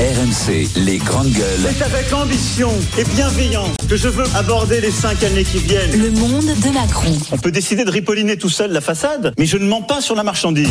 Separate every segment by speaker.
Speaker 1: RMC, les grandes gueules.
Speaker 2: C'est avec ambition et bienveillance que je veux aborder les cinq années qui viennent.
Speaker 3: Le monde de Macron.
Speaker 2: On peut décider de ripolliner tout seul la façade, mais je ne mens pas sur la marchandise.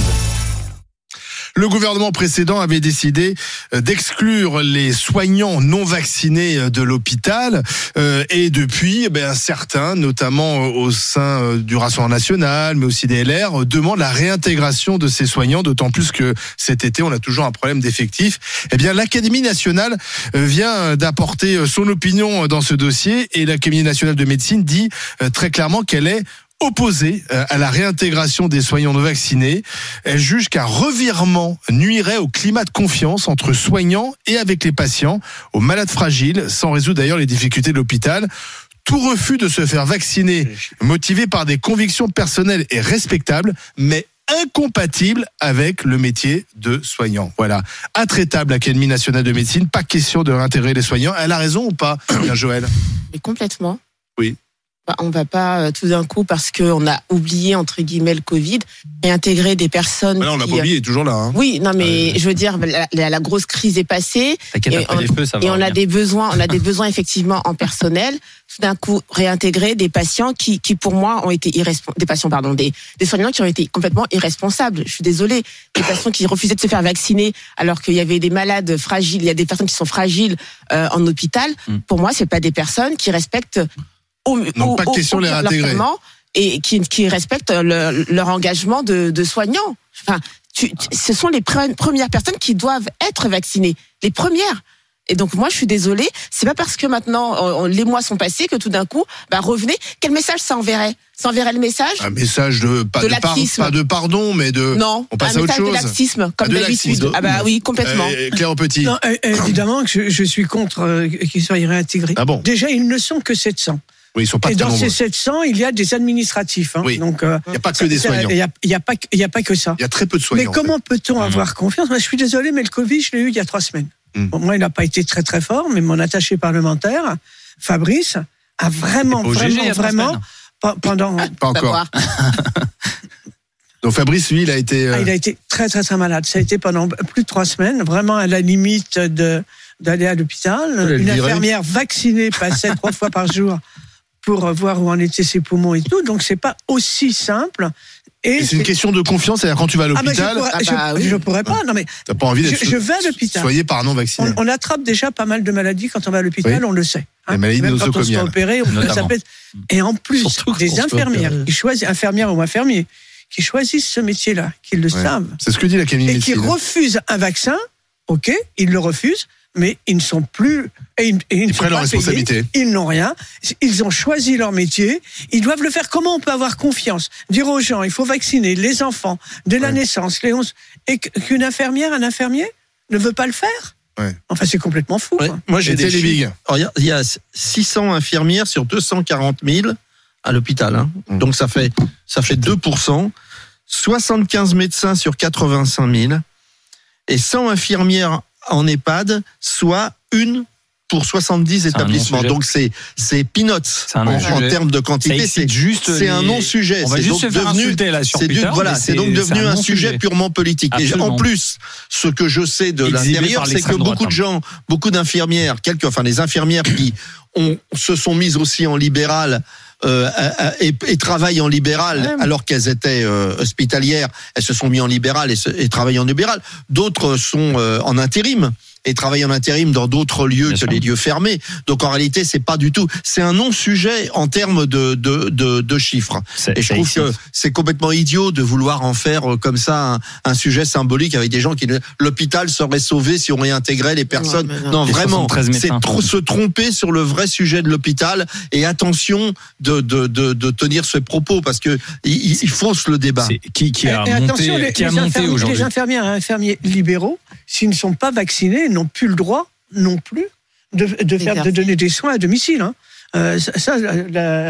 Speaker 4: Le gouvernement précédent avait décidé euh, d'exclure les soignants non vaccinés de l'hôpital. Euh, Et depuis, eh ben, certains, notamment au sein euh, du Rassemblement national, mais aussi des LR, euh, demandent la réintégration de ces soignants, d'autant plus que cet été, on a toujours un problème d'effectifs. Eh bien, l'Académie nationale euh, vient d'apporter euh, son opinion dans ce dossier et l'Académie nationale de médecine dit euh, très clairement qu'elle est opposée euh, à la réintégration des soignants non vaccinés. Elle juge qu'un revirement nuirait au climat de confiance entre soignants et avec les patients, aux malades fragiles, sans résoudre d'ailleurs les difficultés de l'hôpital. Tout refus de se faire vacciner, motivé par des convictions personnelles, est respectable, mais incompatible avec le métier de soignant. Voilà. Intraitable, l'Académie nationale de médecine. Pas question de réintégrer les soignants. Elle a raison ou pas, bien Joël
Speaker 5: Mais complètement.
Speaker 4: Oui.
Speaker 5: Bah, On va pas euh, tout d'un coup, parce qu'on a oublié, entre guillemets, le Covid, réintégrer des personnes.
Speaker 4: Voilà, on l'a
Speaker 5: qui- euh,
Speaker 4: pas oublié, il est toujours là. hein.
Speaker 5: Oui, non, mais je veux dire, la, la- la grosse crise est passée.
Speaker 6: T'inquiète,
Speaker 5: Et
Speaker 6: après
Speaker 5: on-
Speaker 6: les feux, ça va.
Speaker 5: Et on a
Speaker 6: revenir.
Speaker 5: des besoins, on a des besoins effectivement en personnel. Tout d'un coup, réintégrer des patients qui, qui pour moi, ont été irresponsables, des patients, pardon, des, des soignants qui ont été complètement irresponsables. Je suis désolée. Des patients qui refusaient de se faire vacciner alors qu'il y avait des malades fragiles, il y a des personnes qui sont fragiles euh, en hôpital.
Speaker 6: Hmm.
Speaker 5: Pour moi, c'est pas des personnes qui respectent au,
Speaker 4: Donc, pas de question de les
Speaker 5: leur
Speaker 4: réintégrer.
Speaker 5: serment et qui, qui respectent leur, leur engagement de, de soignants. Enfin, tu- tu- ce sont les pre- premières personnes qui doivent être vaccinées, les premières. Et donc moi, je suis désolée. C'est pas parce que maintenant euh, on- les mois sont passés que tout d'un coup, bah revenez. Quel message ça enverrait Ça enverrait le message
Speaker 4: Un message de pas
Speaker 5: De
Speaker 4: de, par-
Speaker 5: laxisme.
Speaker 4: pas de pardon, mais de
Speaker 5: Non.
Speaker 4: on passe
Speaker 5: un
Speaker 4: à autre
Speaker 5: message de
Speaker 4: chose.
Speaker 5: laxisme, comme
Speaker 4: Ah, de
Speaker 5: d'habitude.
Speaker 4: laxisme.
Speaker 5: Ah bah oui, complètement.
Speaker 4: Euh, Claire Petit.
Speaker 7: Non, euh, euh, évidemment que je, je suis contre euh, qu'ils soient réintégrés.
Speaker 4: Ah bon
Speaker 7: Déjà, ils ne sont que 700.
Speaker 4: Oui, ils sont pas
Speaker 7: Et
Speaker 4: très
Speaker 7: dans
Speaker 4: nombreux.
Speaker 7: ces 700, il y a des administratifs. hein.
Speaker 4: Oui.
Speaker 7: Donc, euh,
Speaker 4: Il n'y a pas que des
Speaker 7: ça-
Speaker 4: soignants.
Speaker 7: Il n'y a, il y a pas que- il y a pas que ça.
Speaker 4: Il y a très peu de soignants. Mm-hmm.
Speaker 7: mais comment peut-on avoir confiance Moi, Je suis désolé, mais le Covid, je l'ai eu il y a trois semaines.
Speaker 4: Mm.
Speaker 7: Bon, moi, il n'a pas été très très fort, mais mon attaché parlementaire, Fabrice, a vraiment,
Speaker 6: C'était pas au GG il y
Speaker 7: vraiment,
Speaker 6: a trois
Speaker 7: vraiment,
Speaker 6: semaines.
Speaker 7: pe- pendant,
Speaker 4: en fait. Pas
Speaker 5: Faut
Speaker 4: encore.
Speaker 5: savoir.
Speaker 4: Donc Fabrice, lui, il a été. euh,
Speaker 7: Ah, il a été très très très malade. Ça a été pendant plus de trois semaines, vraiment à la limite de d'aller à l'hôpital.
Speaker 4: allez le
Speaker 7: Une
Speaker 4: virer.
Speaker 7: infirmière vaccinée passait trois fois par jour pour euh, voir où en étaient ses poumons et tout. Donc c'est pas aussi simple. Et
Speaker 4: et C'est une question de confiance. C'est-à-dire quand tu vas à
Speaker 7: Ah, mais je
Speaker 4: l'hôpital,
Speaker 7: pourrais-
Speaker 5: Ah
Speaker 7: je,
Speaker 5: bah oui.
Speaker 7: je pourrais pas. Non mais
Speaker 4: t'as pas envie d'être.
Speaker 7: je, je vais à l'hôpital.
Speaker 4: Soyez par non vacciné.
Speaker 7: On, on attrape déjà pas mal de maladies quand on va à l'hôpital,
Speaker 4: Oui.
Speaker 7: on le sait. hein.
Speaker 4: Les maladies
Speaker 7: Même quand on se fait
Speaker 4: nosocomiales.
Speaker 7: opérer, on
Speaker 6: Notamment.
Speaker 7: ça pète. Et en plus,
Speaker 6: Surtout quand on
Speaker 7: des
Speaker 6: se fait
Speaker 7: infirmières
Speaker 6: opérer.
Speaker 7: qui choisissent, infirmières ou infirmiers, qui choisissent ce métier-là, qui le
Speaker 4: Ouais.
Speaker 7: savent
Speaker 4: C'est ce que dit la Camille
Speaker 7: et qui
Speaker 4: Médecine.
Speaker 7: refusent un vaccin, ok, ils le refusent, mais ils ne sont plus. Et ils, et ils ne
Speaker 4: Ils
Speaker 7: sont
Speaker 4: prennent
Speaker 7: pas
Speaker 4: leurs
Speaker 7: payés,
Speaker 4: responsabilités.
Speaker 7: ils n'ont rien. Ils ont choisi leur métier. Ils doivent le faire. Comment on peut avoir confiance Dire aux gens, il faut vacciner les enfants dès la
Speaker 4: Ouais.
Speaker 7: naissance, les 11. Et qu- qu'une infirmière, un infirmier ne veut pas le faire
Speaker 4: Ouais.
Speaker 7: Enfin, c'est complètement fou. hein.
Speaker 8: Ouais,
Speaker 7: quoi.
Speaker 8: Moi, j'ai
Speaker 4: C'était
Speaker 8: des
Speaker 4: les
Speaker 8: chiffres.
Speaker 4: bigs.
Speaker 8: Regarde, Il y a 600 infirmières sur 240 000 à l'hôpital. hein.
Speaker 4: Mm.
Speaker 8: Donc, ça fait, ça fait 2%. 75 médecins sur 85 000. Et 100 infirmières en EHPAD, soit une pour 70
Speaker 6: un
Speaker 8: établissements.
Speaker 6: non-sujet.
Speaker 8: Donc, c'est, c'est peanuts
Speaker 6: C'est un
Speaker 8: en,
Speaker 6: non-sujet.
Speaker 8: en termes de
Speaker 6: Ça
Speaker 8: quantité.
Speaker 6: excite
Speaker 8: C'est,
Speaker 6: juste
Speaker 8: c'est
Speaker 6: les-
Speaker 8: un non-sujet.
Speaker 6: On va
Speaker 8: C'est
Speaker 6: juste
Speaker 8: donc
Speaker 6: se faire
Speaker 8: devenu
Speaker 6: insulter là sur
Speaker 8: c'est
Speaker 6: Twitter.
Speaker 8: du- voilà,
Speaker 6: mais
Speaker 8: c'est donc devenu un, sujet purement politique. Et
Speaker 6: Absolument.
Speaker 8: en plus, ce que je sais de
Speaker 6: Exhibé
Speaker 8: l'intérieur,
Speaker 6: par
Speaker 8: c'est que
Speaker 6: l'extrême droite,
Speaker 8: beaucoup de
Speaker 6: hein.
Speaker 8: gens, beaucoup d'infirmières, quelques, enfin les infirmières qui ont, se sont mises aussi en libéral. euh, à- à- et, et travaillent en libéral alors qu'elles étaient euh, hospitalières, elles se sont mises en libéral et, se- et travaillent en libéral. D'autres sont euh, en intérim et travaillent en intérim dans d'autres lieux
Speaker 6: Bien
Speaker 8: que
Speaker 6: sûr.
Speaker 8: les lieux fermés. Donc en réalité, c'est pas du tout. C'est un non-sujet en termes de- de, de, de chiffres. Et je trouve que c'est complètement idiot de vouloir en faire euh, comme ça un, un sujet symbolique avec des gens qui ne- l'hôpital serait sauvé si on réintégrait les personnes.
Speaker 5: mais
Speaker 8: non,
Speaker 5: non.
Speaker 6: Les
Speaker 8: vraiment,
Speaker 6: 73
Speaker 8: c'est
Speaker 6: médecins.
Speaker 8: trop se tromper sur le vrai sujet de l'hôpital et attention de, de, de, de tenir ce propos parce que il, il- il fausse le débat.
Speaker 6: qui, qui a
Speaker 7: Et- et attention,
Speaker 6: monté,
Speaker 7: les,
Speaker 6: qui a
Speaker 7: les
Speaker 6: monté
Speaker 7: infirmières-
Speaker 6: aujourd'hui.
Speaker 7: les infirmières et infirmiers libéraux, s'ils ne sont pas vaccinés, n'ont plus le droit non plus de, de, faire, de
Speaker 5: D'exercer.
Speaker 7: donner des soins à domicile. hein. Euh, ça, ça, la-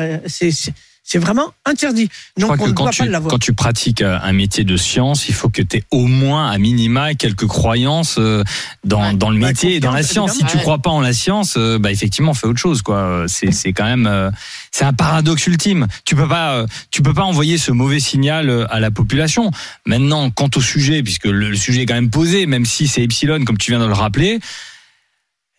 Speaker 7: la- c'est- c'est- C'est vraiment interdit.
Speaker 3: Je
Speaker 7: Donc
Speaker 3: crois
Speaker 7: on
Speaker 3: que
Speaker 7: ne
Speaker 3: quand
Speaker 7: doit pas
Speaker 3: tu,
Speaker 7: l'avoir.
Speaker 3: quand tu pratiques euh, un métier de science, il faut que tu aies au moins à minima quelques croyances euh, dans,
Speaker 5: Ouais.
Speaker 3: dans le
Speaker 7: Ouais, Bah,
Speaker 3: métier et dans la
Speaker 7: confiance,
Speaker 3: science. Si tu
Speaker 5: évidemment.
Speaker 3: crois pas en la science, euh, bah effectivement, fais autre chose quoi. Euh, C'est c'est quand même euh, c'est un paradoxe ultime. Tu peux pas euh, tu peux pas envoyer ce mauvais signal euh, à la population. Maintenant, quant au sujet puisque le, le sujet est quand même posé même si c'est epsilon comme tu viens de le rappeler,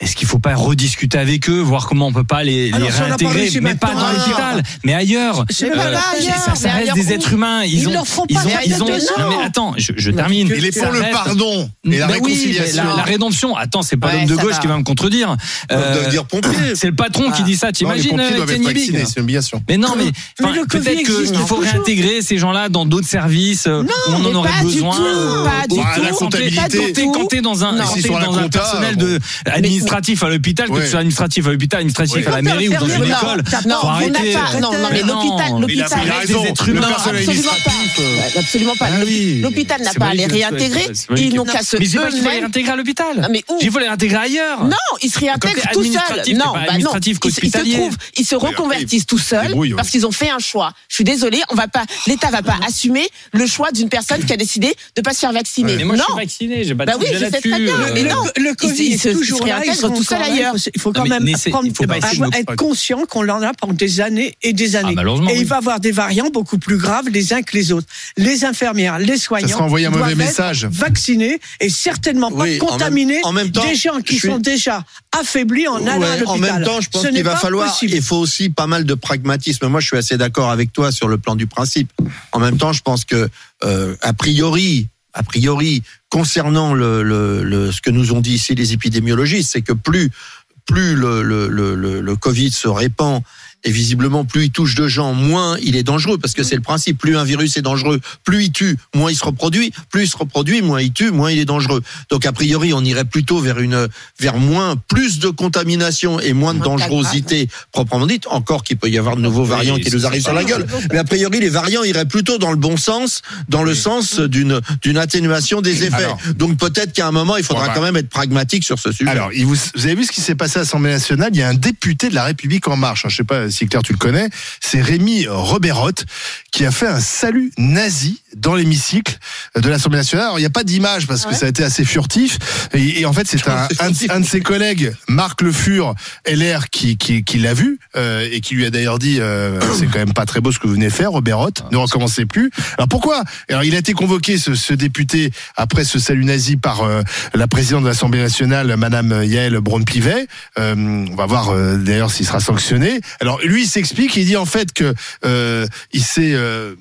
Speaker 3: est-ce qu'il faut pas rediscuter avec eux, voir comment on peut pas les, les
Speaker 7: Alors, si on n'a pas
Speaker 3: réintégrer,
Speaker 7: réussi
Speaker 3: mais pas
Speaker 7: maintenant,
Speaker 3: dans
Speaker 5: non,
Speaker 3: l'hôpital, mais ailleurs euh,
Speaker 7: C'est
Speaker 5: Mais
Speaker 7: pas
Speaker 5: voilà,
Speaker 7: grave.
Speaker 5: ailleurs.
Speaker 3: ça, ça
Speaker 5: Mais
Speaker 3: reste
Speaker 5: alors
Speaker 3: des
Speaker 5: où
Speaker 3: êtres humains. Ils,
Speaker 7: Ils
Speaker 3: ont,
Speaker 7: leur font pas
Speaker 3: ils ont,
Speaker 7: la
Speaker 3: ils ont-
Speaker 5: rédemption.
Speaker 3: Non, mais attends, je, je
Speaker 7: Non,
Speaker 3: termine.
Speaker 7: mais
Speaker 4: Il est
Speaker 7: Ça
Speaker 4: pour le
Speaker 3: reste-
Speaker 4: pardon et la
Speaker 3: Bah oui,
Speaker 4: réconciliation. Bah,
Speaker 3: mais la, la rédemption. Attends, c'est pas
Speaker 5: Ouais,
Speaker 3: l'homme de
Speaker 5: ça
Speaker 3: gauche
Speaker 5: va.
Speaker 3: qui va me contredire. Euh,
Speaker 8: doivent dire pompier.
Speaker 3: c'est le patron
Speaker 5: Ah.
Speaker 3: qui dit ça.
Speaker 4: Non, les
Speaker 3: T'imagines
Speaker 4: pompiers
Speaker 3: euh,
Speaker 4: doivent être
Speaker 3: Kenny Big
Speaker 4: vaccinés, c'est une obligation.
Speaker 3: Mais non, mais,
Speaker 7: Mais
Speaker 3: enfin,
Speaker 7: le Covid
Speaker 3: peut-être que-
Speaker 7: existe
Speaker 3: qu'il faut
Speaker 7: toujours.
Speaker 3: réintégrer ces gens-là dans d'autres services euh,
Speaker 7: Non,
Speaker 3: où on en
Speaker 5: mais
Speaker 3: aurait
Speaker 5: pas du
Speaker 3: besoin.
Speaker 5: tout,
Speaker 3: euh,
Speaker 5: pas du
Speaker 3: au-
Speaker 5: tout,
Speaker 3: quand
Speaker 4: la
Speaker 3: t'es-
Speaker 4: comptabilité.
Speaker 3: quand t'es- Quand t'es dans un,
Speaker 5: Non.
Speaker 3: quand
Speaker 4: Si,
Speaker 3: t'es
Speaker 4: sur la
Speaker 3: dans un
Speaker 4: compta,
Speaker 3: personnel
Speaker 4: bon.
Speaker 3: de administratif à l'hôpital, que
Speaker 4: Ouais.
Speaker 3: tu sois administratif à l'hôpital, administratif à la
Speaker 7: Ouais.
Speaker 3: mairie ou dans une
Speaker 7: Non,
Speaker 3: école,
Speaker 7: t'as-
Speaker 5: Non,
Speaker 3: faut
Speaker 5: on n'a
Speaker 3: arrêter.
Speaker 5: pas. Non, non,
Speaker 3: Mais
Speaker 5: mais
Speaker 3: non,
Speaker 5: l'hôpital,
Speaker 3: mais
Speaker 4: Il a,
Speaker 5: l'hôpital.
Speaker 4: il a
Speaker 3: reste des
Speaker 4: raison.
Speaker 3: êtres
Speaker 4: Le
Speaker 3: humains,
Speaker 4: personnel
Speaker 5: Absolument pas.
Speaker 4: administratif. euh,
Speaker 5: Ouais, Absolument pas.
Speaker 3: Ah oui.
Speaker 5: L'hôpital n'a
Speaker 3: C'est
Speaker 5: pas à
Speaker 3: valide,
Speaker 5: les
Speaker 3: c'est valide,
Speaker 5: réintégrer.
Speaker 3: c'est valide.
Speaker 5: Ils n'ont qu'à se
Speaker 3: Mais j'ai pas dit qu'il fallait les
Speaker 5: eux-mêmes.
Speaker 3: réintégrer à l'hôpital.
Speaker 5: Non, mais où
Speaker 3: J'ai faut les intégrer ailleurs.
Speaker 5: Non, ils se réintègrent
Speaker 3: Quand t'es
Speaker 5: tout
Speaker 3: administratif,
Speaker 5: seuls.
Speaker 3: t'es
Speaker 5: Non,
Speaker 3: pas
Speaker 5: bah non.
Speaker 3: administratif
Speaker 5: Ils, se- ils se
Speaker 3: qu'hospitalier.
Speaker 5: trouvent, ils se reconvertissent tout seuls
Speaker 3: hein.
Speaker 4: débrouillent, ouais.
Speaker 5: parce qu'ils ont fait un choix. Je suis désolée, on va pas, l'État va pas assumer le choix d'une personne qui a décidé de pas se faire vacciner.
Speaker 3: Mais moi, je suis
Speaker 5: non.
Speaker 3: vacciné, j'ai pas de
Speaker 5: Bah oui,
Speaker 3: sujet
Speaker 5: je sais
Speaker 3: là-dessus.
Speaker 5: très bien,
Speaker 3: euh,
Speaker 5: mais non.
Speaker 7: le, le
Speaker 5: Ils-
Speaker 7: Covid
Speaker 5: ils
Speaker 7: est
Speaker 5: se- ils se
Speaker 7: toujours là,
Speaker 5: réintègrent
Speaker 7: sont
Speaker 5: tout seul
Speaker 7: encore là,
Speaker 5: ailleurs.
Speaker 7: Il faut, il faut quand
Speaker 3: Non, mais
Speaker 7: même
Speaker 3: n'essaie-
Speaker 7: apprendre-
Speaker 3: il faut pas
Speaker 7: avoir-
Speaker 3: essayer de
Speaker 7: être conscient qu'on en a pendant des années et des années.
Speaker 3: malheureusement,
Speaker 7: et
Speaker 3: oui.
Speaker 7: il va avoir des variants beaucoup plus graves les uns que les autres. Les infirmières, les soignants,
Speaker 4: sera envoyé un
Speaker 7: doivent
Speaker 4: mauvais
Speaker 7: être
Speaker 4: message.
Speaker 7: Vaccinés et certainement pas
Speaker 8: Oui, en même-
Speaker 7: contaminés
Speaker 8: en même temps,
Speaker 7: des gens qui
Speaker 8: je suis-
Speaker 7: sont déjà affaiblis en allant à
Speaker 8: Ouais,
Speaker 7: l'hôpital.
Speaker 8: en même temps, je pense
Speaker 7: Ce n'est
Speaker 8: qu'il va
Speaker 7: pas
Speaker 8: falloir.
Speaker 7: possible.
Speaker 8: Il faut aussi pas mal de pragmatisme. Moi, je suis assez d'accord avec toi sur le plan du principe. En même temps, je pense que euh, a priori, a priori, concernant le, le- le- ce que nous ont dit ici les épidémiologistes, c'est que plus plus le, le, le- le- le Covid se répand. Et visiblement, plus il touche de gens, moins il est dangereux, parce que c'est le principe. Plus un virus est dangereux, plus il tue, moins il se reproduit, plus il se reproduit, moins il tue, moins il est dangereux. Donc a priori, on irait plutôt vers une, vers moins, plus de contamination et moins de
Speaker 5: Moins de cas
Speaker 8: dangerosité proprement dite. Encore qu'il peut y avoir de nouveaux variants qui nous arrivent sur
Speaker 4: Ah
Speaker 8: la gueule. Mais a priori, les variants iraient plutôt dans le bon sens, dans le sens d'une, d'une atténuation des effets.
Speaker 4: Alors.
Speaker 8: Donc peut-être qu'à un moment, il faudra
Speaker 4: Ouais, bah.
Speaker 8: quand même être pragmatique sur ce sujet.
Speaker 4: Alors, il vous, vous avez vu ce qui s'est passé à l'Assemblée nationale Il y a un député de la République en marche, hein, je sais pas si Claire tu le connais, c'est Rémi Roberotte qui a fait un salut nazi dans l'hémicycle de l'Assemblée nationale. Alors, il n'y a pas d'image parce que
Speaker 5: Ouais.
Speaker 4: ça a été assez furtif. Et, et en fait, c'est un,
Speaker 8: c'est
Speaker 4: un,
Speaker 8: furtif.
Speaker 4: un de ses collègues, Marc Le Fur, LR, qui, qui, qui l'a vu euh, et qui lui a d'ailleurs dit euh, c'est quand même pas très beau ce que vous venez faire, Roberotte, ne recommencez plus. Alors pourquoi Alors, il a été convoqué, ce, ce député, après ce salut nazi par euh, la présidente de l'Assemblée nationale, Madame Yael Braun-Pivet. Euh, on va voir euh, d'ailleurs s'il sera sanctionné. Alors lui, il s'explique, il dit en fait que euh, il s'est, euh,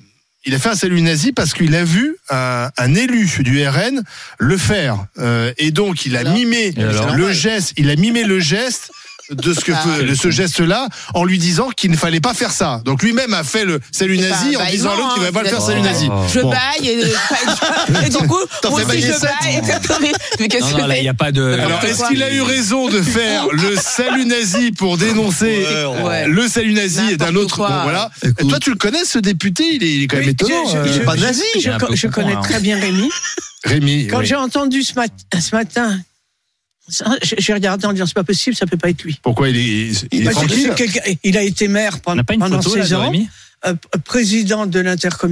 Speaker 4: il a fait un salut nazi parce qu'il a vu un, un élu du RN le faire, Euh, et donc il a mimé
Speaker 3: Et alors
Speaker 4: le geste, il a mimé le geste. De ce que peut- de ce geste-là, en lui disant qu'il ne fallait pas faire ça. Donc lui-même a fait le salut
Speaker 5: Eh ben,
Speaker 4: nazi en
Speaker 5: bah,
Speaker 4: disant à
Speaker 5: non,
Speaker 4: l'autre qu'il ne
Speaker 5: hein,
Speaker 4: va pas
Speaker 5: vous
Speaker 4: le faire
Speaker 5: êtes-
Speaker 4: salut nazi.
Speaker 5: Je
Speaker 3: Bon.
Speaker 5: baille et, et du coup, moi
Speaker 8: fais
Speaker 5: aussi
Speaker 8: bailler
Speaker 5: je
Speaker 8: sept,
Speaker 5: baille. exactement. Mais qu'est-ce
Speaker 3: Non,
Speaker 5: que
Speaker 3: non, là, il n'y a pas de.
Speaker 4: Alors, est-ce
Speaker 5: quoi.
Speaker 4: qu'il a eu raison de faire le salut nazi pour dénoncer euh,
Speaker 5: Ouais.
Speaker 4: le salut nazi
Speaker 5: N'importe
Speaker 4: d'un autre
Speaker 5: quoi.
Speaker 4: Bon, voilà.
Speaker 8: Écoute.
Speaker 4: Toi, tu le connais, ce député Il est, il est quand même
Speaker 7: Oui,
Speaker 4: étonnant.
Speaker 7: je- je-
Speaker 4: euh,
Speaker 8: il est pas
Speaker 7: je-
Speaker 8: nazi.
Speaker 7: je-
Speaker 3: Il est un peu
Speaker 7: je
Speaker 3: con,
Speaker 7: connais
Speaker 3: hein.
Speaker 7: très bien Rémi.
Speaker 4: Rémi.
Speaker 7: Quand
Speaker 4: oui.
Speaker 7: j'ai entendu ce, mat- ce matin, ça, j'ai j'ai regardé en disant c'est pas possible, ça peut pas être lui.
Speaker 4: Pourquoi il est, il est
Speaker 7: Parce que
Speaker 4: tranquille
Speaker 7: c'est quelqu'un- Il a été maire
Speaker 3: On
Speaker 7: pendant,
Speaker 3: n'a pas une
Speaker 7: pendant
Speaker 3: photo là,
Speaker 7: 16
Speaker 3: de
Speaker 7: ans,
Speaker 3: Rémi
Speaker 7: euh, p- président de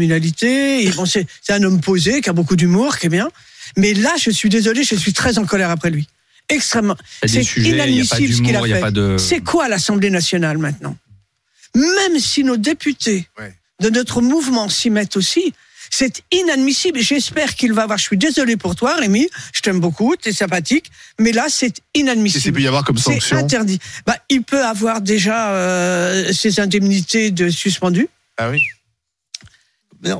Speaker 7: l'intercommunalité. et bon, c'est c'est un homme posé qui a beaucoup d'humour, qui est bien. Mais là, je suis désolé, je suis très en colère après lui. Extrêmement.
Speaker 3: Il y a
Speaker 7: C'est
Speaker 3: des sujets, il n'y a pas
Speaker 7: inadmissible ce qu'il a
Speaker 3: d'humour, il n'y a
Speaker 7: fait.
Speaker 3: pas de.
Speaker 7: C'est quoi l'Assemblée nationale maintenant Même si nos députés
Speaker 4: Ouais.
Speaker 7: de notre mouvement s'y mettent aussi, c'est inadmissible. J'espère qu'il va avoir. Je suis désolé pour toi, Rémi. Je t'aime beaucoup, t'es sympathique, mais là, c'est
Speaker 4: Qu'est-ce qu'il
Speaker 7: inadmissible.
Speaker 4: peut y avoir comme
Speaker 7: C'est
Speaker 4: sanction
Speaker 7: interdit. Bah, il peut avoir déjà euh, ses indemnités de suspendu.
Speaker 4: Ah oui.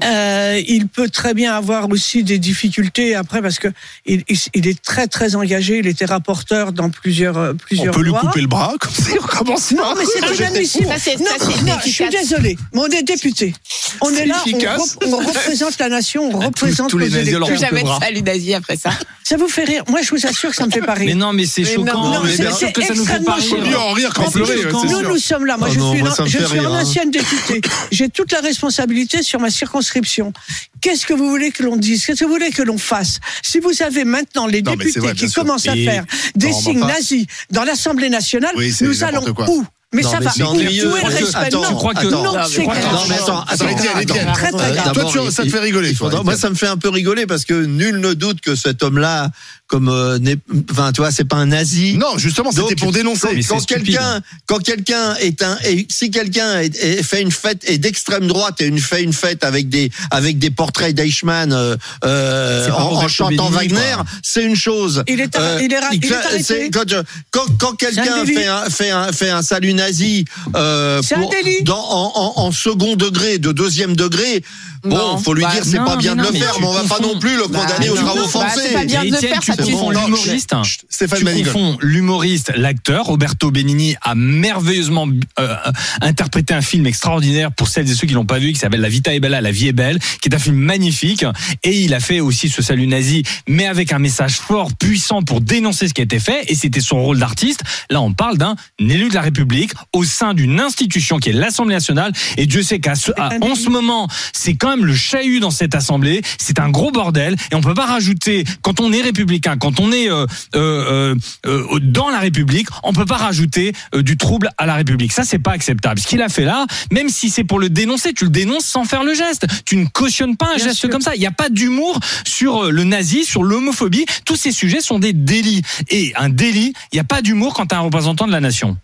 Speaker 7: Euh, il peut très bien avoir aussi des difficultés après parce que il, il- il est très très engagé. Il était rapporteur dans plusieurs euh,
Speaker 4: On
Speaker 7: plusieurs
Speaker 4: peut lui
Speaker 7: lois.
Speaker 4: couper le bras, comme ça, on commence
Speaker 7: Non,
Speaker 4: pas.
Speaker 7: Ah, mais c'est inadmissible.
Speaker 5: Ça, c'est- ça,
Speaker 7: Non,
Speaker 5: c'est
Speaker 7: non, je suis
Speaker 5: efficace.
Speaker 7: désolé, mais on est député. On est,
Speaker 4: C'est
Speaker 7: là, on,
Speaker 4: efficace.
Speaker 7: rep- on représente la nation, on représente
Speaker 3: tous les
Speaker 7: nos
Speaker 3: nazis,
Speaker 7: électeurs.
Speaker 3: alors.
Speaker 5: Plus jamais de
Speaker 3: bras.
Speaker 5: salut nazi après ça.
Speaker 7: Ça vous fait rire Moi, je vous assure que ça me fait pas
Speaker 3: Mais
Speaker 7: rire.
Speaker 3: non, mais c'est
Speaker 5: Mais non,
Speaker 3: choquant.
Speaker 5: non,
Speaker 3: mais
Speaker 7: c'est-
Speaker 3: bien sûr
Speaker 7: c'est
Speaker 3: que ça nous fait
Speaker 7: extrêmement
Speaker 3: pas
Speaker 4: Faut mieux
Speaker 3: rire.
Speaker 4: en rire qu'en
Speaker 3: En
Speaker 4: pleurer,
Speaker 3: plus,
Speaker 4: ouais,
Speaker 3: quand
Speaker 4: c'est
Speaker 7: Nous,
Speaker 4: sûr.
Speaker 7: nous sommes là. Moi,
Speaker 8: Ah
Speaker 7: je
Speaker 8: non,
Speaker 7: suis,
Speaker 8: moi,
Speaker 7: là-
Speaker 8: ça me
Speaker 7: je
Speaker 8: fait
Speaker 7: suis
Speaker 8: rire,
Speaker 7: en
Speaker 8: hein.
Speaker 7: ancienne députée. J'ai toute la responsabilité sur ma circonscription. Qu'est-ce que vous voulez que l'on dise Qu'est-ce que vous voulez que l'on fasse Si vous avez maintenant les
Speaker 4: Non, mais c'est
Speaker 7: députés
Speaker 4: vrai, bien
Speaker 7: qui
Speaker 4: sûr.
Speaker 7: commencent à
Speaker 4: Et-
Speaker 7: faire des
Speaker 4: Non, mais
Speaker 7: signes
Speaker 4: enfin-
Speaker 7: nazis dans l'Assemblée nationale,
Speaker 4: Oui, c'est
Speaker 7: nous allons
Speaker 4: n'importe quoi.
Speaker 7: où Mais
Speaker 8: Non,
Speaker 7: ça
Speaker 8: mais
Speaker 7: va.
Speaker 8: c'est
Speaker 7: Où est
Speaker 8: ennuyeux.
Speaker 7: où est le respect
Speaker 8: Attends,
Speaker 7: Non,
Speaker 3: Tu crois que-
Speaker 7: non,
Speaker 5: attends,
Speaker 7: c'est
Speaker 5: tu crois
Speaker 7: grave.
Speaker 5: que-
Speaker 8: Non, mais attends, attends,
Speaker 4: Arrêtez,
Speaker 8: attends,
Speaker 4: arrêtez.
Speaker 8: attends.
Speaker 7: Très, très
Speaker 8: Euh,
Speaker 7: grave.
Speaker 8: d'abord,
Speaker 4: Toi, tu- ça
Speaker 8: il-
Speaker 4: te fait rigoler,
Speaker 8: il faudra-
Speaker 4: toi,
Speaker 8: Moi,
Speaker 4: Étienne.
Speaker 8: ça me fait un peu rigoler parce que nul ne doute que cet homme-là, comme, euh, n'est- enfin, tu vois, c'est pas un nazi.
Speaker 4: Non, justement, c'était
Speaker 8: Donc,
Speaker 4: pour dénoncer.
Speaker 3: mais
Speaker 8: Quand
Speaker 3: c'est stupide.
Speaker 8: quelqu'un, quand quelqu'un est un, et si quelqu'un est- est- fait une fête et d'extrême droite et une fait une fête avec des avec des portraits d'Eichmann euh, euh,
Speaker 3: C'est pas
Speaker 8: en, en
Speaker 3: Roberto
Speaker 8: chantant
Speaker 3: Benigni,
Speaker 8: Wagner,
Speaker 3: quoi.
Speaker 8: c'est une chose.
Speaker 7: Il est,
Speaker 8: Euh,
Speaker 7: il est, ra-
Speaker 8: il
Speaker 7: il est
Speaker 8: cla- c'est-
Speaker 7: arrêté.
Speaker 8: quand, je- quand- quand
Speaker 7: un
Speaker 8: quelqu'un
Speaker 7: délit.
Speaker 8: fait un, fait, un, fait un salut nazi euh,
Speaker 7: C'est un
Speaker 8: pour-
Speaker 7: délit.
Speaker 8: dans- en, en- en second degré, de deuxième degré, bon,
Speaker 5: Non.
Speaker 8: faut lui
Speaker 5: Bah,
Speaker 8: dire c'est
Speaker 3: non,
Speaker 8: pas
Speaker 3: mais
Speaker 8: bien
Speaker 3: non,
Speaker 8: de le
Speaker 3: mais
Speaker 8: faire,
Speaker 3: tu
Speaker 8: mais on va pas
Speaker 3: confonds.
Speaker 8: non plus le
Speaker 5: Bah,
Speaker 8: condamner aux
Speaker 5: non.
Speaker 8: travaux
Speaker 5: Bah,
Speaker 8: forcés.
Speaker 5: c'est pas bien
Speaker 3: Et
Speaker 5: de le
Speaker 3: Étienne,
Speaker 5: faire, ça
Speaker 3: tu
Speaker 5: tue son
Speaker 3: confonds
Speaker 5: humoriste.
Speaker 3: l'humoriste.
Speaker 4: Chut, Stéphane
Speaker 3: Tu
Speaker 4: Manigol.
Speaker 3: confonds l'humoriste, l'acteur. Roberto Benigni a merveilleusement euh, interprété un film extraordinaire pour celles et ceux qui l'ont pas vu, qui s'appelle La Vita est bella, La vie est belle, qui est un film magnifique. Et il a fait aussi ce salut nazi, mais avec un message fort, puissant pour dénoncer ce qui a été fait. Et c'était son rôle d'artiste. Là, on parle d'un élu de la République au sein d'une institution qui est l'Assemblée nationale. Et Dieu sait qu'à ce- à- en ce moment, c'est quand même le chahut dans cette assemblée. C'est un gros bordel. Et on peut pas rajouter, quand on est républicain, quand on est euh, euh, euh, euh, dans la République, on peut pas rajouter euh, du trouble à la République. Ça, c'est pas acceptable. Ce qu'il a fait là, même si c'est pour le dénoncer, tu le dénonces sans faire le geste. Tu ne cautionnes pas un
Speaker 7: Bien
Speaker 3: geste
Speaker 7: sûr.
Speaker 3: comme ça. Il n'y a pas d'humour sur euh, le nazi, sur l'homophobie. Tous ces sujets sont des délits. Et un délit, il n'y a pas d'humour quand tu un représentant de la nation.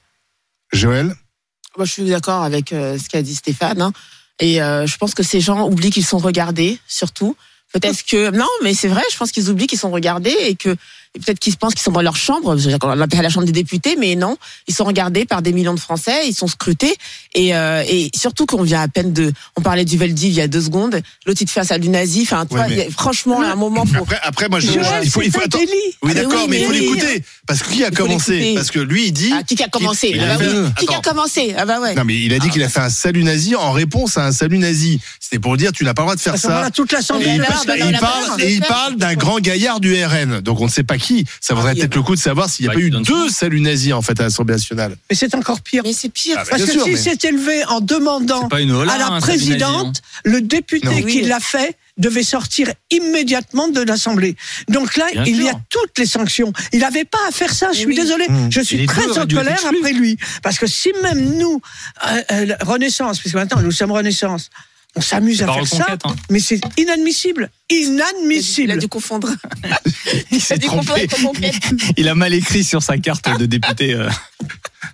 Speaker 4: Joël
Speaker 5: Moi, je suis d'accord avec euh, ce qu'a dit Stéphane. hein. Et euh, je pense que ces gens oublient qu'ils sont regardés, surtout. Peut-être que non, mais c'est vrai. Je pense qu'ils oublient qu'ils sont regardés et que et peut-être qu'ils pensent qu'ils sont dans leur chambre. Je veux dire, On l'appelle la chambre des députés, mais non, ils sont regardés par des millions de Français. Ils sont scrutés et, euh, et surtout qu'on vient à peine de. On parlait du Veldiv il y a deux secondes. L'autre il te fait un salut nazi. Enfin, toi,
Speaker 4: Ouais, mais-
Speaker 5: il y a- franchement, à un moment pour
Speaker 4: Après, après moi, je,
Speaker 7: Joël,
Speaker 4: il faut, il
Speaker 7: c'est
Speaker 4: faut
Speaker 7: un
Speaker 4: attends.
Speaker 7: délit.
Speaker 4: Oui,
Speaker 5: Ah, mais
Speaker 4: d'accord,
Speaker 5: oui,
Speaker 4: mais il faut
Speaker 5: mais-
Speaker 4: l'écouter. Parce que qui a
Speaker 5: Il faut
Speaker 4: commencé
Speaker 5: l'écouter.
Speaker 4: Parce que lui, il dit.
Speaker 5: ah, qui a commencé
Speaker 4: Il-
Speaker 5: Ah
Speaker 4: il
Speaker 5: bah
Speaker 4: a fait
Speaker 5: oui.
Speaker 4: un-
Speaker 5: Qui a
Speaker 4: attends.
Speaker 5: commencé Ah bah ouais.
Speaker 4: Non, mais il a dit qu'il a fait un salut nazi en réponse à un salut nazi. C'était pour dire, tu n'as pas le droit de faire
Speaker 5: Bah,
Speaker 7: Parce qu'on
Speaker 4: ça.
Speaker 7: a toute l'Assemblée.
Speaker 4: Et il,
Speaker 5: là,
Speaker 4: parce-
Speaker 5: bah
Speaker 4: et
Speaker 5: non,
Speaker 4: il
Speaker 5: la
Speaker 4: parle,
Speaker 5: balance,
Speaker 4: et il
Speaker 5: le fait.
Speaker 4: parle d'un grand gaillard du RN. Donc on ne sait pas qui. Ça vaudrait
Speaker 5: Ah, il y a-
Speaker 4: peut-être le coup de savoir s'il n'y a
Speaker 3: Bah,
Speaker 4: pas
Speaker 3: qui
Speaker 4: eu
Speaker 3: donne
Speaker 4: deux saluts nazis en fait à l'Assemblée nationale.
Speaker 7: Mais c'est encore pire.
Speaker 5: Mais c'est pire.
Speaker 4: Ah, bah,
Speaker 7: Parce
Speaker 4: bien
Speaker 7: que
Speaker 4: sûr,
Speaker 7: si
Speaker 4: mais-
Speaker 7: s'est élevé en demandant
Speaker 3: Pas une hein,
Speaker 7: à la présidente, le député
Speaker 4: Non.
Speaker 7: qui
Speaker 5: Oui.
Speaker 7: l'a fait devait sortir immédiatement de l'Assemblée. Donc là,
Speaker 3: Bien
Speaker 7: il y
Speaker 3: sûr.
Speaker 7: a toutes les sanctions. Il n'avait pas à faire ça, je
Speaker 5: Mais
Speaker 7: suis
Speaker 5: Eh oui.
Speaker 7: désolé.
Speaker 4: Mmh.
Speaker 7: Je
Speaker 3: Et les
Speaker 7: suis
Speaker 3: deux
Speaker 7: très
Speaker 3: auraient
Speaker 7: en
Speaker 3: dû être
Speaker 7: colère
Speaker 3: exclus.
Speaker 7: après lui. Parce que si même nous, euh, euh, la Renaissance, puisque maintenant nous sommes Renaissance, on s'amuse à
Speaker 3: la
Speaker 7: faire ça,
Speaker 3: reconquête, hein.
Speaker 7: mais c'est inadmissible.
Speaker 5: Il a
Speaker 7: Inadmissible.
Speaker 5: dû confondre.
Speaker 3: Il
Speaker 5: Il
Speaker 3: s'est
Speaker 5: a dû confondre
Speaker 3: trompé.
Speaker 5: avec mon père.
Speaker 3: Il a mal écrit sur sa carte de député. euh.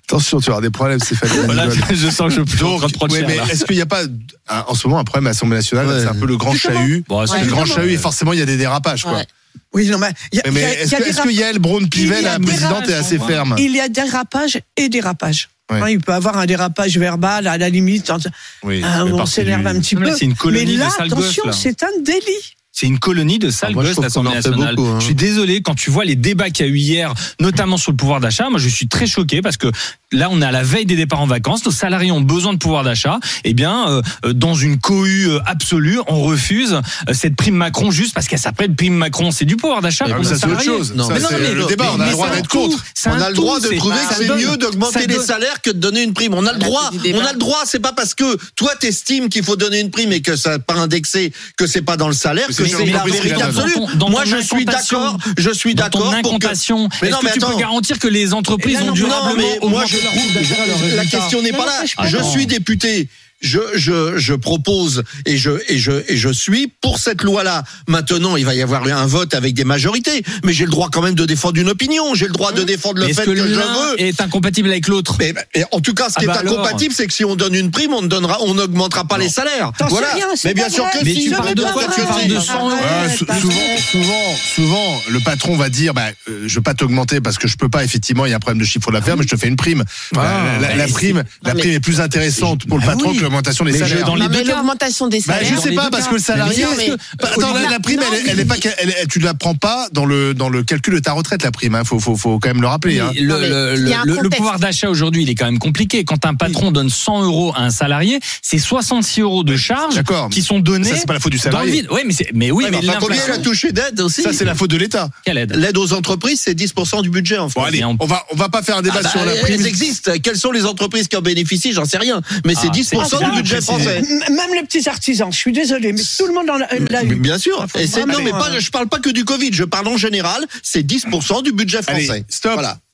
Speaker 4: Attention, tu vas avoir des problèmes, Stéphane.
Speaker 5: Bah,
Speaker 3: Voilà, je sens que je suis en
Speaker 4: Donc,
Speaker 3: train de prendre
Speaker 4: ouais,
Speaker 3: cher,
Speaker 4: mais
Speaker 3: là.
Speaker 4: est-ce qu'il n'y a pas un- en ce moment un problème à l'Assemblée nationale
Speaker 8: Ouais.
Speaker 4: C'est un peu le grand
Speaker 7: Justement.
Speaker 4: chahut.
Speaker 3: Bon, c'est
Speaker 5: Ouais.
Speaker 4: Le grand
Speaker 7: Justement.
Speaker 4: chahut et forcément il y a des dérapages quoi.
Speaker 5: Ouais.
Speaker 7: Oui, non, mais il y a-
Speaker 4: Mais,
Speaker 7: il
Speaker 4: mais
Speaker 7: y a- il
Speaker 4: est-ce
Speaker 7: y a
Speaker 4: que,
Speaker 7: des
Speaker 4: est-ce que
Speaker 7: rap-
Speaker 4: Yael Braun-Pivet,
Speaker 7: Il y a
Speaker 4: la
Speaker 7: des
Speaker 4: présidente, est
Speaker 3: rapages,
Speaker 4: assez
Speaker 3: on voit.
Speaker 4: ferme
Speaker 7: il y a dérapage et dérapage.
Speaker 4: Ouais.
Speaker 7: Hein, il peut avoir un dérapage verbal à la limite. en-
Speaker 4: Oui.
Speaker 7: Ah,
Speaker 4: mais
Speaker 7: on
Speaker 4: parce que
Speaker 7: s'énerve un petit
Speaker 3: Non, mais
Speaker 7: peu.
Speaker 3: c'est une colonie
Speaker 7: Mais
Speaker 3: de
Speaker 7: là,
Speaker 3: sales gosses,
Speaker 7: attention,
Speaker 3: là.
Speaker 7: c'est un délit.
Speaker 3: C'est une colonie de sales
Speaker 8: Ah, moi, je
Speaker 3: gosses,
Speaker 8: trouve qu'on en
Speaker 3: l'Assemblée
Speaker 8: fait
Speaker 3: nationale.
Speaker 8: beaucoup, hein.
Speaker 3: Je suis désolé, quand tu vois les débats qu'il y a eu hier, notamment sur le pouvoir d'achat, moi, je suis très choqué parce que là, on est à la veille des départs en vacances, nos salariés ont besoin de pouvoir d'achat. Eh bien, euh, euh, dans une cohue euh, absolue, on refuse euh, cette prime Macron juste parce qu'elle s'appelle prime Macron. C'est du pouvoir d'achat.
Speaker 4: Ah,
Speaker 3: pour
Speaker 4: mais ça
Speaker 3: nos
Speaker 4: c'est autre
Speaker 3: salariés.
Speaker 4: chose.
Speaker 8: Non,
Speaker 4: Ça,
Speaker 8: mais non,
Speaker 4: c'est
Speaker 8: mais
Speaker 4: le
Speaker 8: le-
Speaker 4: débat, on a
Speaker 8: mais
Speaker 4: le droit
Speaker 8: ça,
Speaker 4: d'être
Speaker 3: tout,
Speaker 4: contre.
Speaker 3: c'est
Speaker 8: On
Speaker 3: un
Speaker 8: a le droit
Speaker 3: tout,
Speaker 8: de
Speaker 3: c'est-
Speaker 8: trouver
Speaker 3: ça
Speaker 8: que c'est
Speaker 3: donne-
Speaker 8: mieux
Speaker 3: ça
Speaker 8: d'augmenter les
Speaker 3: donne-
Speaker 8: salaires que de donner une prime. On a le
Speaker 5: La
Speaker 8: droit.
Speaker 5: clé du débat.
Speaker 8: On a le droit. C'est pas parce que toi t'estimes qu'il faut donner une prime et que ça pas indexé, que c'est pas dans le salaire,
Speaker 4: Mais
Speaker 8: que
Speaker 4: c'est
Speaker 8: c'est
Speaker 4: une
Speaker 8: la
Speaker 4: entreprise
Speaker 8: vérité
Speaker 4: qui la donne.
Speaker 8: absolue.
Speaker 3: Dans ton- dans
Speaker 8: Moi,
Speaker 3: ton
Speaker 8: je suis
Speaker 3: incantation,
Speaker 8: d'accord. Je suis
Speaker 3: Dans ton
Speaker 8: d'accord pour que.
Speaker 3: incantation,
Speaker 8: Mais
Speaker 3: est-ce
Speaker 8: non, mais
Speaker 3: que tu peux
Speaker 8: attends.
Speaker 3: garantir que les entreprises
Speaker 7: Et là,
Speaker 3: ont
Speaker 7: non,
Speaker 3: durablement
Speaker 8: mais moi, je
Speaker 3: augmenté leur coût d'achat, leurs
Speaker 8: La
Speaker 3: résultats
Speaker 8: question n'est pas
Speaker 7: Non,
Speaker 8: là.
Speaker 7: non, je
Speaker 8: Je
Speaker 3: comprends.
Speaker 8: suis député. Je, je, je propose et je, et je, et je suis pour cette loi-là. Maintenant, il va y avoir un vote avec des majorités, mais j'ai le droit quand même de défendre une opinion. J'ai le droit de défendre le
Speaker 3: Est-ce
Speaker 8: fait
Speaker 3: que
Speaker 8: que je
Speaker 3: l'un
Speaker 8: veux.
Speaker 3: est incompatible avec l'autre
Speaker 8: Mais, mais en tout cas, ce
Speaker 3: Ah
Speaker 8: qui
Speaker 3: bah
Speaker 8: est
Speaker 3: alors.
Speaker 8: incompatible, c'est que si on donne une prime, on ne donnera, on n'augmentera pas les salaires.
Speaker 7: T'en sais
Speaker 8: Voilà.
Speaker 7: rien, c'est
Speaker 8: mais bien
Speaker 7: pas
Speaker 8: sûr
Speaker 7: vrai.
Speaker 8: que
Speaker 3: Mais
Speaker 8: si.
Speaker 3: tu
Speaker 8: mais
Speaker 3: parles de
Speaker 8: pourquoi
Speaker 3: quoi,
Speaker 8: que
Speaker 3: tu parles
Speaker 8: si
Speaker 3: de 100 euros.
Speaker 4: Ouais,
Speaker 7: Ouais,
Speaker 4: Ah, sou-
Speaker 7: pas
Speaker 4: souvent,
Speaker 7: vrai.
Speaker 4: souvent, souvent, le patron va dire, bah, euh, je veux pas t'augmenter parce que je peux pas, effectivement, il y a un problème de chiffre d'affaires, mais je te fais une prime. Bah, la, la- la
Speaker 3: Ah mais
Speaker 4: prime, la
Speaker 5: mais-
Speaker 4: prime est plus intéressante pour le
Speaker 3: Bah
Speaker 4: patron
Speaker 3: oui.
Speaker 4: que l'augmentation des
Speaker 3: Mais je-
Speaker 4: salaires.
Speaker 3: dans les
Speaker 5: Non,
Speaker 3: deux
Speaker 5: mais
Speaker 3: cas.
Speaker 5: l'augmentation des
Speaker 4: Bah, je
Speaker 5: salaires.
Speaker 4: sais
Speaker 3: les
Speaker 4: pas,
Speaker 3: deux
Speaker 4: parce
Speaker 3: cas.
Speaker 4: que le salarié,
Speaker 5: Mais non,
Speaker 4: Bah,
Speaker 5: mais-
Speaker 4: attends, la, la prime,
Speaker 5: Non,
Speaker 4: elle,
Speaker 5: mais-
Speaker 4: elle est pas, qu'elle- elle- elle- tu la prends pas dans le, dans le calcul de ta retraite, la prime, hein. Faut, faut, faut quand même le rappeler, hein.
Speaker 3: Le,
Speaker 5: Non, mais
Speaker 3: le-
Speaker 5: il y a un
Speaker 3: le- le
Speaker 5: contexte.
Speaker 3: pouvoir d'achat aujourd'hui, il est quand même compliqué. Quand un patron donne 100 euros à un salarié, c'est 66 euros de charges
Speaker 4: D'accord.
Speaker 3: qui sont donnés
Speaker 4: Ça, c'est pas la faute du
Speaker 3: dans le
Speaker 4: salarié.
Speaker 3: vide. Oui, mais, c'est- mais oui,
Speaker 8: Ouais,
Speaker 3: mais
Speaker 8: mais enfin, combien il a
Speaker 3: l'inflation,
Speaker 8: touché d'aide aussi
Speaker 4: Ça, c'est la faute de l'État.
Speaker 3: quelle aide
Speaker 8: L'aide aux entreprises, c'est 10% du budget en
Speaker 4: Bon,
Speaker 8: France.
Speaker 4: allez,
Speaker 3: Et Bah, on- euh,
Speaker 4: on va, on va pas faire un débat
Speaker 8: Ah bah,
Speaker 4: sur la prime.
Speaker 8: Elles existent. Quelles sont les entreprises qui en bénéficient J'en sais rien. Mais
Speaker 3: Ah,
Speaker 8: c'est 10%
Speaker 3: c'est
Speaker 8: du
Speaker 7: ça,
Speaker 8: budget
Speaker 3: c'est-
Speaker 8: français.
Speaker 7: M- Même les petits artisans, je suis désolé, mais tout le monde en a, l'a
Speaker 8: Mais
Speaker 7: eu.
Speaker 8: Bien
Speaker 4: Ah,
Speaker 8: sûr.
Speaker 7: faut
Speaker 8: Et c'est- non,
Speaker 7: vraiment,
Speaker 8: mais pas,
Speaker 7: euh,
Speaker 8: je parle pas que du Covid. Je parle en général. C'est 10% du budget
Speaker 4: Allez,
Speaker 8: français.
Speaker 4: stop.
Speaker 8: Voilà.